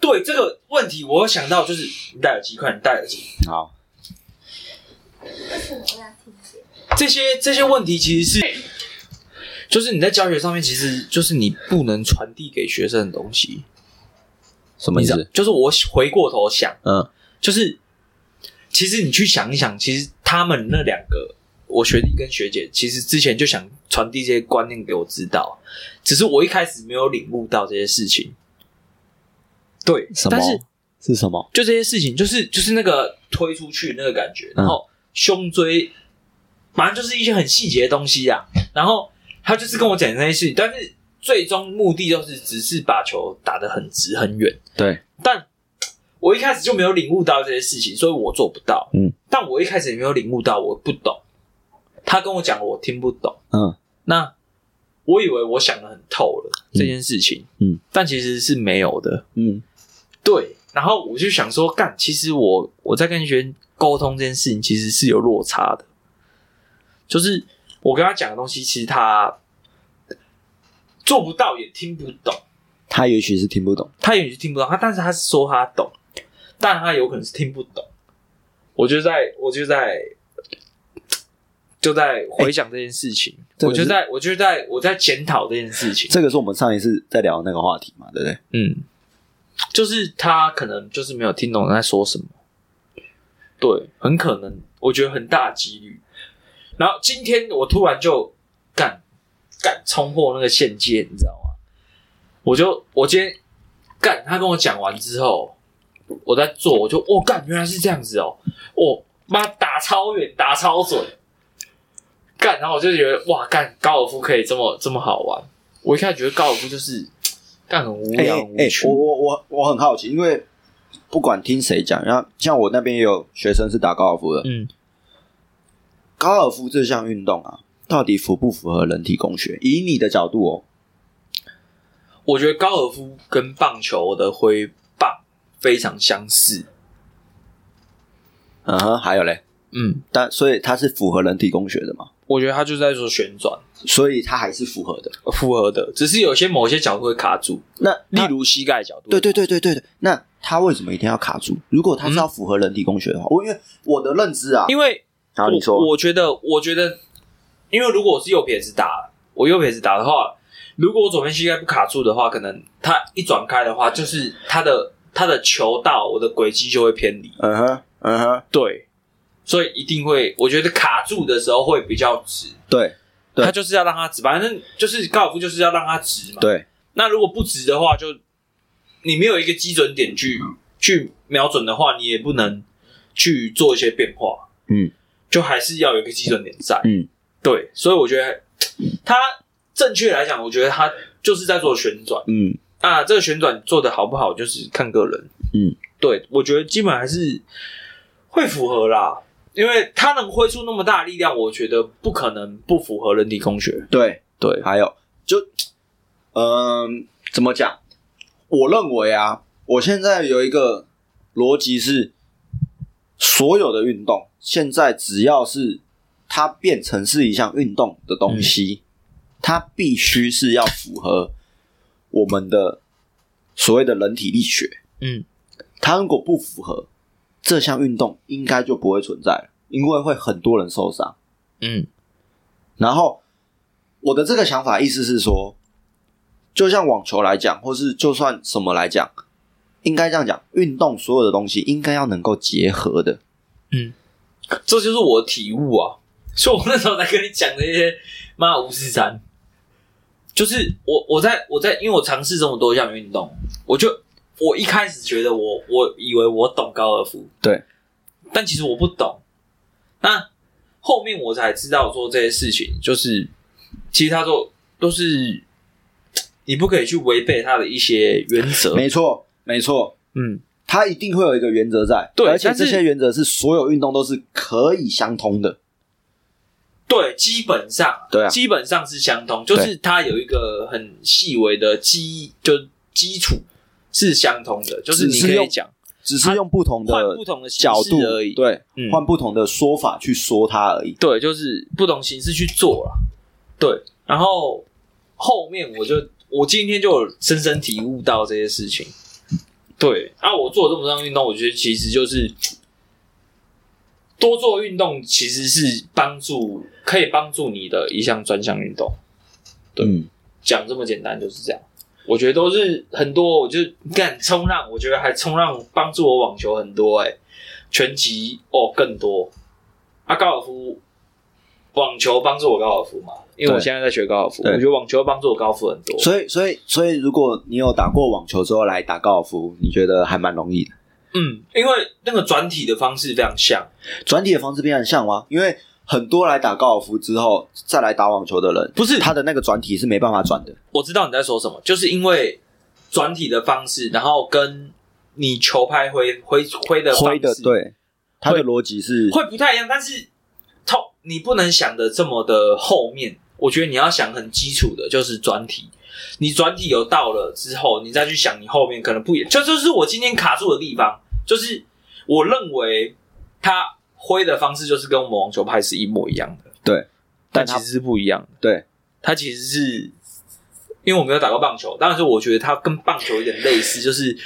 S1: 对这个问题，我有想到就是你戴耳机，快点戴耳机。
S2: 好，
S1: 这些这些问题其实是，就是你在教学上面，其实就是你不能传递给学生的东西。
S2: 什么意
S1: 你知道
S2: 思？
S1: 就是我回过头想，
S2: 嗯
S1: 就是其实你去想一想，其实他们那两个我学弟跟学姐，其实之前就想传递这些观念给我知道，只是我一开始没有领悟到这些事情。对，
S2: 什么
S1: 但是
S2: 是什么？
S1: 就这些事情，就是就是那个推出去那个感觉，
S2: 嗯
S1: 然后胸椎，反正就是一些很细节的东西啊。然后他就是跟我讲那些事情，但是最终目的就是只是把球打得很直很远。
S2: 对，
S1: 但我一开始就没有领悟到这些事情，所以我做不到。
S2: 嗯，
S1: 但我一开始也没有领悟到，我不懂。他跟我讲，我听不懂。
S2: 嗯，
S1: 那我以为我想的很透了这件事情，
S2: 嗯，
S1: 但其实是没有的。
S2: 嗯，
S1: 对，然后我就想说，干，其实我我在跟学生沟通这件事情，其实是有落差的，就是我跟他讲的东西，其实他做不到，也听不懂，
S2: 他也许是听不懂，
S1: 他也许听不懂，他但是他是说他懂，但他有可能是听不懂。我就在我就在就在回想这件事情，
S2: 这
S1: 我
S2: 个是
S1: 就在我就在我在检讨这件事情。
S2: 这个是我们上一次在聊的那个话题嘛，对不对？
S1: 嗯，就是他可能就是没有听懂在说什么，对，很可能，我觉得很大几率。然后今天我突然就干干冲破那个限界，你知道吗？我就我今天干，他跟我讲完之后，我在做，我就哦干，原来是这样子哦，我、妈打超远，打超准，干，然后我就觉得哇干，高尔夫可以这么这么好玩。我一开始觉得高尔夫就是干很无聊、
S2: 哎
S1: 很
S2: 哎
S1: 无趣
S2: 我，我我我很好奇，因为不管听谁讲，然后像我那边也有学生是打高尔夫的，
S1: 嗯，
S2: 高尔夫这项运动啊，到底符不符合人体工学？以你的角度哦，
S1: 我觉得高尔夫跟棒球的挥棒非常相似。
S2: 嗯哼，还有嘞，
S1: 嗯，
S2: 但所以它是符合人体工学的嘛，
S1: 我觉得他就是在做旋转，
S2: 所以它还是符合的。
S1: 复合的，只是有些某些角度会卡住，
S2: 那
S1: 例
S2: 那
S1: 如膝盖角度。
S2: 对对对对对对，那它为什么一定要卡住？如果它是要符合人体工学的话，我因为我的认知啊，
S1: 因为
S2: 然嗯后你说
S1: 我，我觉得，我觉得，因为如果我是右撇子打，我右撇子打的话，如果我左边膝盖不卡住的话，可能它一转开的话，就是它的它的球道，我的轨迹就会偏离。
S2: 嗯哼嗯哼，
S1: 对，所以一定会，我觉得卡住的时候会比较直。
S2: 对对
S1: 他就是要让它直，反正就是高尔夫就是要让它直嘛。，
S2: 对
S1: 那如果不直的话，就你没有一个基准点去去瞄准的话，你也不能去做一些变化。
S2: 嗯，
S1: 就还是要有一个基准点在。
S2: 嗯，
S1: 对，所以我觉得它正确来讲，我觉得它就是在做旋转。
S2: 嗯
S1: 啊，这个旋转做的好不好，就是看个人。
S2: 嗯，
S1: 对，我觉得基本还是会符合啦，因为它能挥出那么大的力量，我觉得不可能不符合人体工学。
S2: 对，
S1: 对，
S2: 还有就嗯、怎么讲？我认为啊，我现在有一个逻辑是，所有的运动现在只要是它变成是一项运动的东西，它必须是要符合我们的所谓的人体力学。
S1: 嗯，
S2: 它如果不符合这项运动，应该就不会存在了，因为会很多人受伤。
S1: 嗯
S2: 然后我的这个想法意思是说，就像网球来讲，或是就算什么来讲，应该这样讲，运动所有的东西应该要能够结合的。
S1: 嗯，这就是我的体悟啊。所以我那时候在跟你讲那些妈五十三，就是我我在我在，因为我尝试这么多项运动，我就我一开始觉得我我以为我懂高尔夫，
S2: 对，
S1: 但其实我不懂。那后面我才知道说这些事情，就是其实他都都是你不可以去违背他的一些原则。
S2: 没错，没错，
S1: 嗯，
S2: 它一定会有一个原则在，
S1: 对
S2: 而且
S1: 但是
S2: 这些原则是所有运动都是可以相通的。
S1: 对，基本上
S2: 对啊
S1: 基本上是相同，就是它有一个很细微的基，就基础是相同的，就是
S2: 只
S1: 你
S2: 是
S1: 可以
S2: 用
S1: 讲
S2: 只是用不同
S1: 换
S2: 的
S1: 不同的形式
S2: 角度
S1: 而已
S2: 对，
S1: 嗯
S2: 换不同的说法去说它而已。
S1: 对，就是不同形式去做啦。对，然后后面我就我今天就有深深体悟到这些事情。对，啊，我做这么多项运动，我觉得其实就是多做运动，其实是帮助可以帮助你的一项专项运动。对
S2: 嗯，
S1: 讲这么简单就是这样。我觉得都是很多，我就干冲浪，我觉得还冲浪帮助我网球欸很多哎、拳击哦更多，啊高尔夫网球帮助我高尔夫嘛，因为我
S2: 对
S1: 现在在学高尔夫，我
S2: 对
S1: 觉得网球帮助我高尔夫很多。
S2: 所以，所以，所以，如果你有打过网球之后来打高尔夫，你觉得还蛮容易的。
S1: 嗯，因为那个转体的方式非常像，
S2: 转体的方式变得很像吗？因为很多来打高尔夫之后再来打网球的人，
S1: 不是
S2: 他的那个转体是没办法转的。
S1: 我知道你在说什么，就是因为转体的方式，然后跟你球拍挥挥挥的方
S2: 挥
S1: 式
S2: 的对，他的逻辑是
S1: 会不太一样，但是痛你不能想的这么的后面。我觉得你要想很基础的，就是转体。你转体有到了之后，你再去想你后面可能不也，这就是我今天卡住的地方。就是我认为他挥的方式就是跟我们网球拍是一模一样的，
S2: 对，
S1: 但
S2: 但
S1: 其
S2: 他
S1: 实是不一样的。
S2: 对，
S1: 它其实是因为我没有打过棒球，当然是我觉得它跟棒球有点类似，就是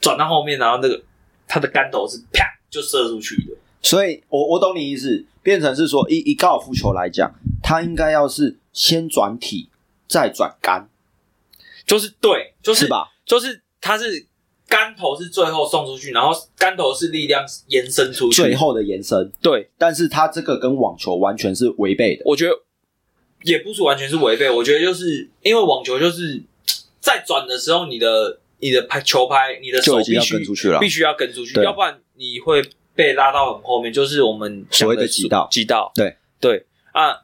S1: 转到后面，然后那个它的杆头是啪就射出去的。
S2: 所以我我懂你意思，变成是说，以以高尔夫球来讲，它应该要是先转体，再转杆，
S1: 就是对，就是
S2: 是吧？
S1: 就是它是杆头是最后送出去，然后杆头是力量延伸出去。
S2: 最后的延伸，
S1: 对，
S2: 但是它这个跟网球完全是违背的。
S1: 我觉得也不是完全是违背，我觉得就是因为网球就是在转的时候，你的你的拍球拍，你的手
S2: 就已经
S1: 必
S2: 要
S1: 须
S2: 跟出去了
S1: 必须要跟出去，
S2: 对
S1: 要不然你会被拉到很后面，就是我们讲
S2: 所谓的击倒
S1: 击倒，
S2: 对
S1: 对啊。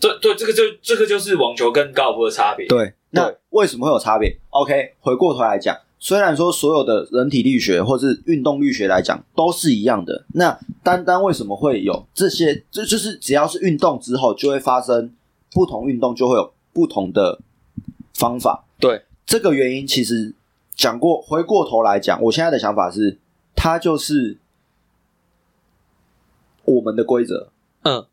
S1: 对对，这个就这个就是网球跟高尔夫的差别。
S2: 对，那为什么会有差别？OK，回过头来讲，虽然说所有的人体力学或是运动力学来讲都是一样的，那单单为什么会有这些？这就是只要是运动之后就会发生不同运动就会有不同的方法。
S1: 对，
S2: 这个原因其实讲过，回过头来讲，我现在的想法是，它就是我们的规则。
S1: 嗯，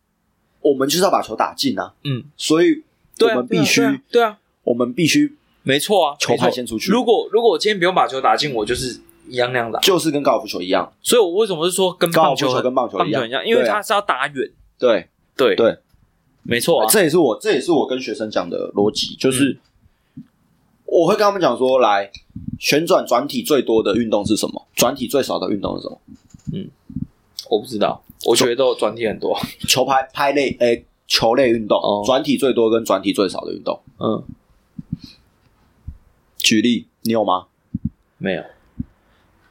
S2: 我们就是要把球打进啊。
S1: 嗯，
S2: 所以我
S1: 对啊，
S2: 们必须
S1: 对啊对啊，
S2: 我们必须
S1: 没错啊，
S2: 球拍
S1: 没错
S2: 先出去
S1: 如果如果我今天不用把球打进，我就是一样那样打。
S2: 就是跟高尔夫球一样，
S1: 所以我为什么是说跟嗯
S2: 高
S1: 棒
S2: 尔夫
S1: 球
S2: 球跟棒球
S1: 棒
S2: 一
S1: 球
S2: 样
S1: 很像？因为
S2: 对啊
S1: 它是要打远，
S2: 对，
S1: 对
S2: 对，
S1: 没错啊。
S2: 这也是我这也是我跟学生讲的逻
S1: 嗯
S2: 辑，就是、我会跟他们讲说，来旋转转体最多的运动是什么？转体最少的运动是什么？
S1: 我不知道，我觉得都有转体很多。
S2: 球拍拍类诶、球类运动
S1: 哦，
S2: 转、体最多跟转体最少的运动。
S1: 嗯，
S2: 举例，你有吗？
S1: 没有，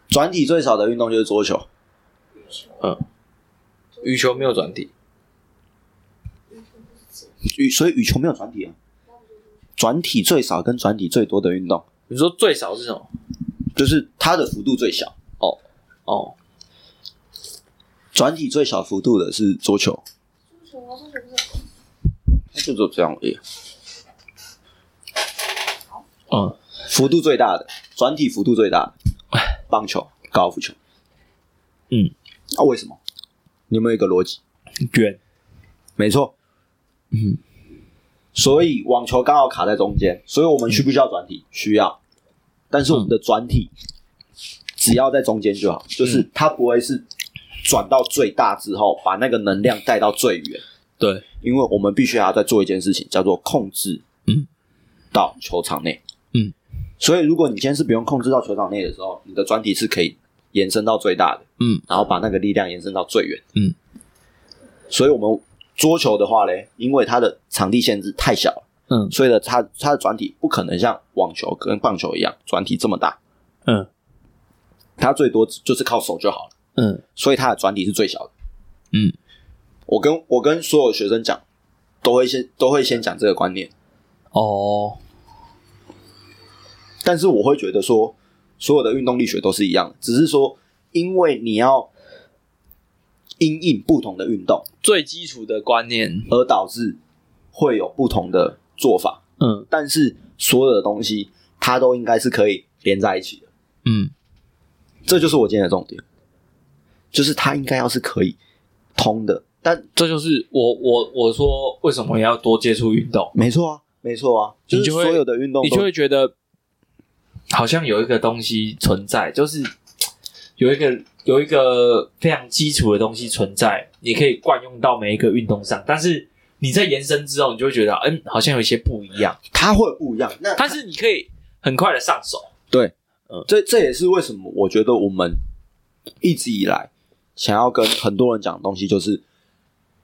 S2: 转体最少的运动就是桌球，
S1: 羽球没有转体，
S2: 羽所以羽球没有转体啊。转体最少跟转体最多的运动，
S1: 你说最少是什么？
S2: 就是它的幅度最小。
S1: 哦，
S2: 转体最小幅度的是桌球，就只有这样而已。
S1: 嗯，
S2: 幅度最大的，转体幅度最大的，棒球、高尔夫球。
S1: 哎嗯，
S2: 那、为什么？你有没有一个逻辑？
S1: 远，
S2: 没错。
S1: 嗯，
S2: 所以网球刚好卡在中间，所以我们需不需要转
S1: 嗯
S2: 体？需要，但是我们的转体只要在中间就好，就是
S1: 嗯
S2: 它不会是转到最大之后，把那个能量带到最远。
S1: 对，
S2: 因为我们必须还要再做一件事情，叫做控制，
S1: 嗯，
S2: 到球场内，
S1: 嗯，
S2: 所以如果你今天是不用控制到球场内的时候，你的专题是可以延伸到最大的，
S1: 嗯，
S2: 然后把那个力量延伸到最远，
S1: 嗯，
S2: 所以我们桌球的话嘞，因为它的场地限制太小了，
S1: 嗯
S2: 所以呢，它它的转体不可能像网球跟棒球一样转体这么大，
S1: 嗯
S2: 它最多就是靠手就好了。
S1: 嗯
S2: 所以它的转体是最小的。
S1: 嗯，
S2: 我跟我跟所有学生讲，都会先都会先讲这个观念，
S1: 哦，
S2: 但是我会觉得说，所有的运动力学都是一样的，只是说因为你要因应不同的运动，
S1: 最基础的观念，
S2: 而导致会有不同的做法，
S1: 嗯
S2: 但是所有的东西它都应该是可以连在一起的，
S1: 嗯
S2: 这就是我今天的重点，就是它应该要是可以通的，但
S1: 这就是我我我说为什么要多接触运动，
S2: 没错啊，没错啊，就
S1: 你
S2: 是
S1: 就会
S2: 所有的运动
S1: 你
S2: 都
S1: 就会觉得好像有一个东西存在，就是有一个有一个非常基础的东西存在，你可以惯用到每一个运动上，但是你在延伸之后，你就会觉得嗯，好像有一些不一样，
S2: 它会不一样。那
S1: 但是你可以很快的上手。
S2: 这这也是为什么我觉得我们一直以来想要跟很多人讲的东西，就是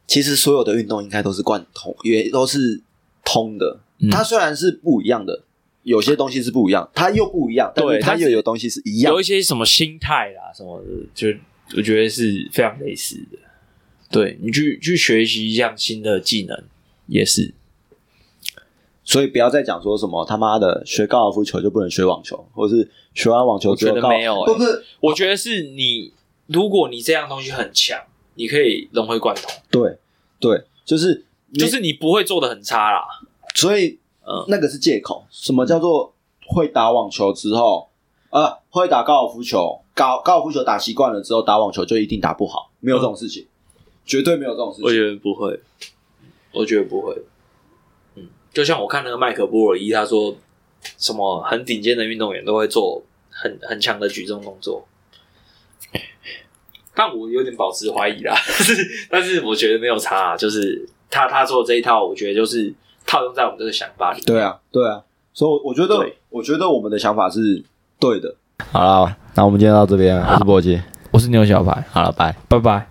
S2: 其实所有的运动应该都是贯通，也都是通的
S4: 嗯。
S2: 它虽然是不一样的，有些东西是不一样，它又不一样，但
S1: 对
S2: 是它
S1: 它是
S2: 又有东西是一样
S1: 有一。些什么心态啦什么的，就我觉得是非常类似的。对你去去学习一项新的技能，也是
S2: 所以不要再讲说什么他妈的学高尔夫球就不能学网球，或是学完网球之
S1: 我觉
S2: 后
S1: 得
S2: 高
S1: 没有欸
S2: 不不是
S1: 我觉得是你，如果你这样东西很强，你可以融会贯通，
S2: 对对，就是你
S1: 就是你不会做的很差啦。
S2: 所以呃
S1: 嗯
S2: 那个是借口。什么叫做会打网球之后，呃，会打高尔夫球，高高尔夫球打习惯了之后，打网球就一定打不好？没有这种事情，绝对没有这种事
S1: 我
S2: 情。
S1: 觉得不会，我觉得不会。嗯，就像我看那个麦克波尔伊，他说什么很顶尖的运动员都会做很很强的举重动作，但我有点保持怀疑啦。但是但是我觉得没有差、啊，就是他他做这一套，我觉得就是套用在我们这个想法里。
S2: 对啊，对啊，所以我我觉得
S1: 对，
S2: 我觉得我们的想法是对的。好了，那我们今天到这边，我是波杰，
S1: 我是牛小白，
S2: 好了，拜。
S1: 拜拜。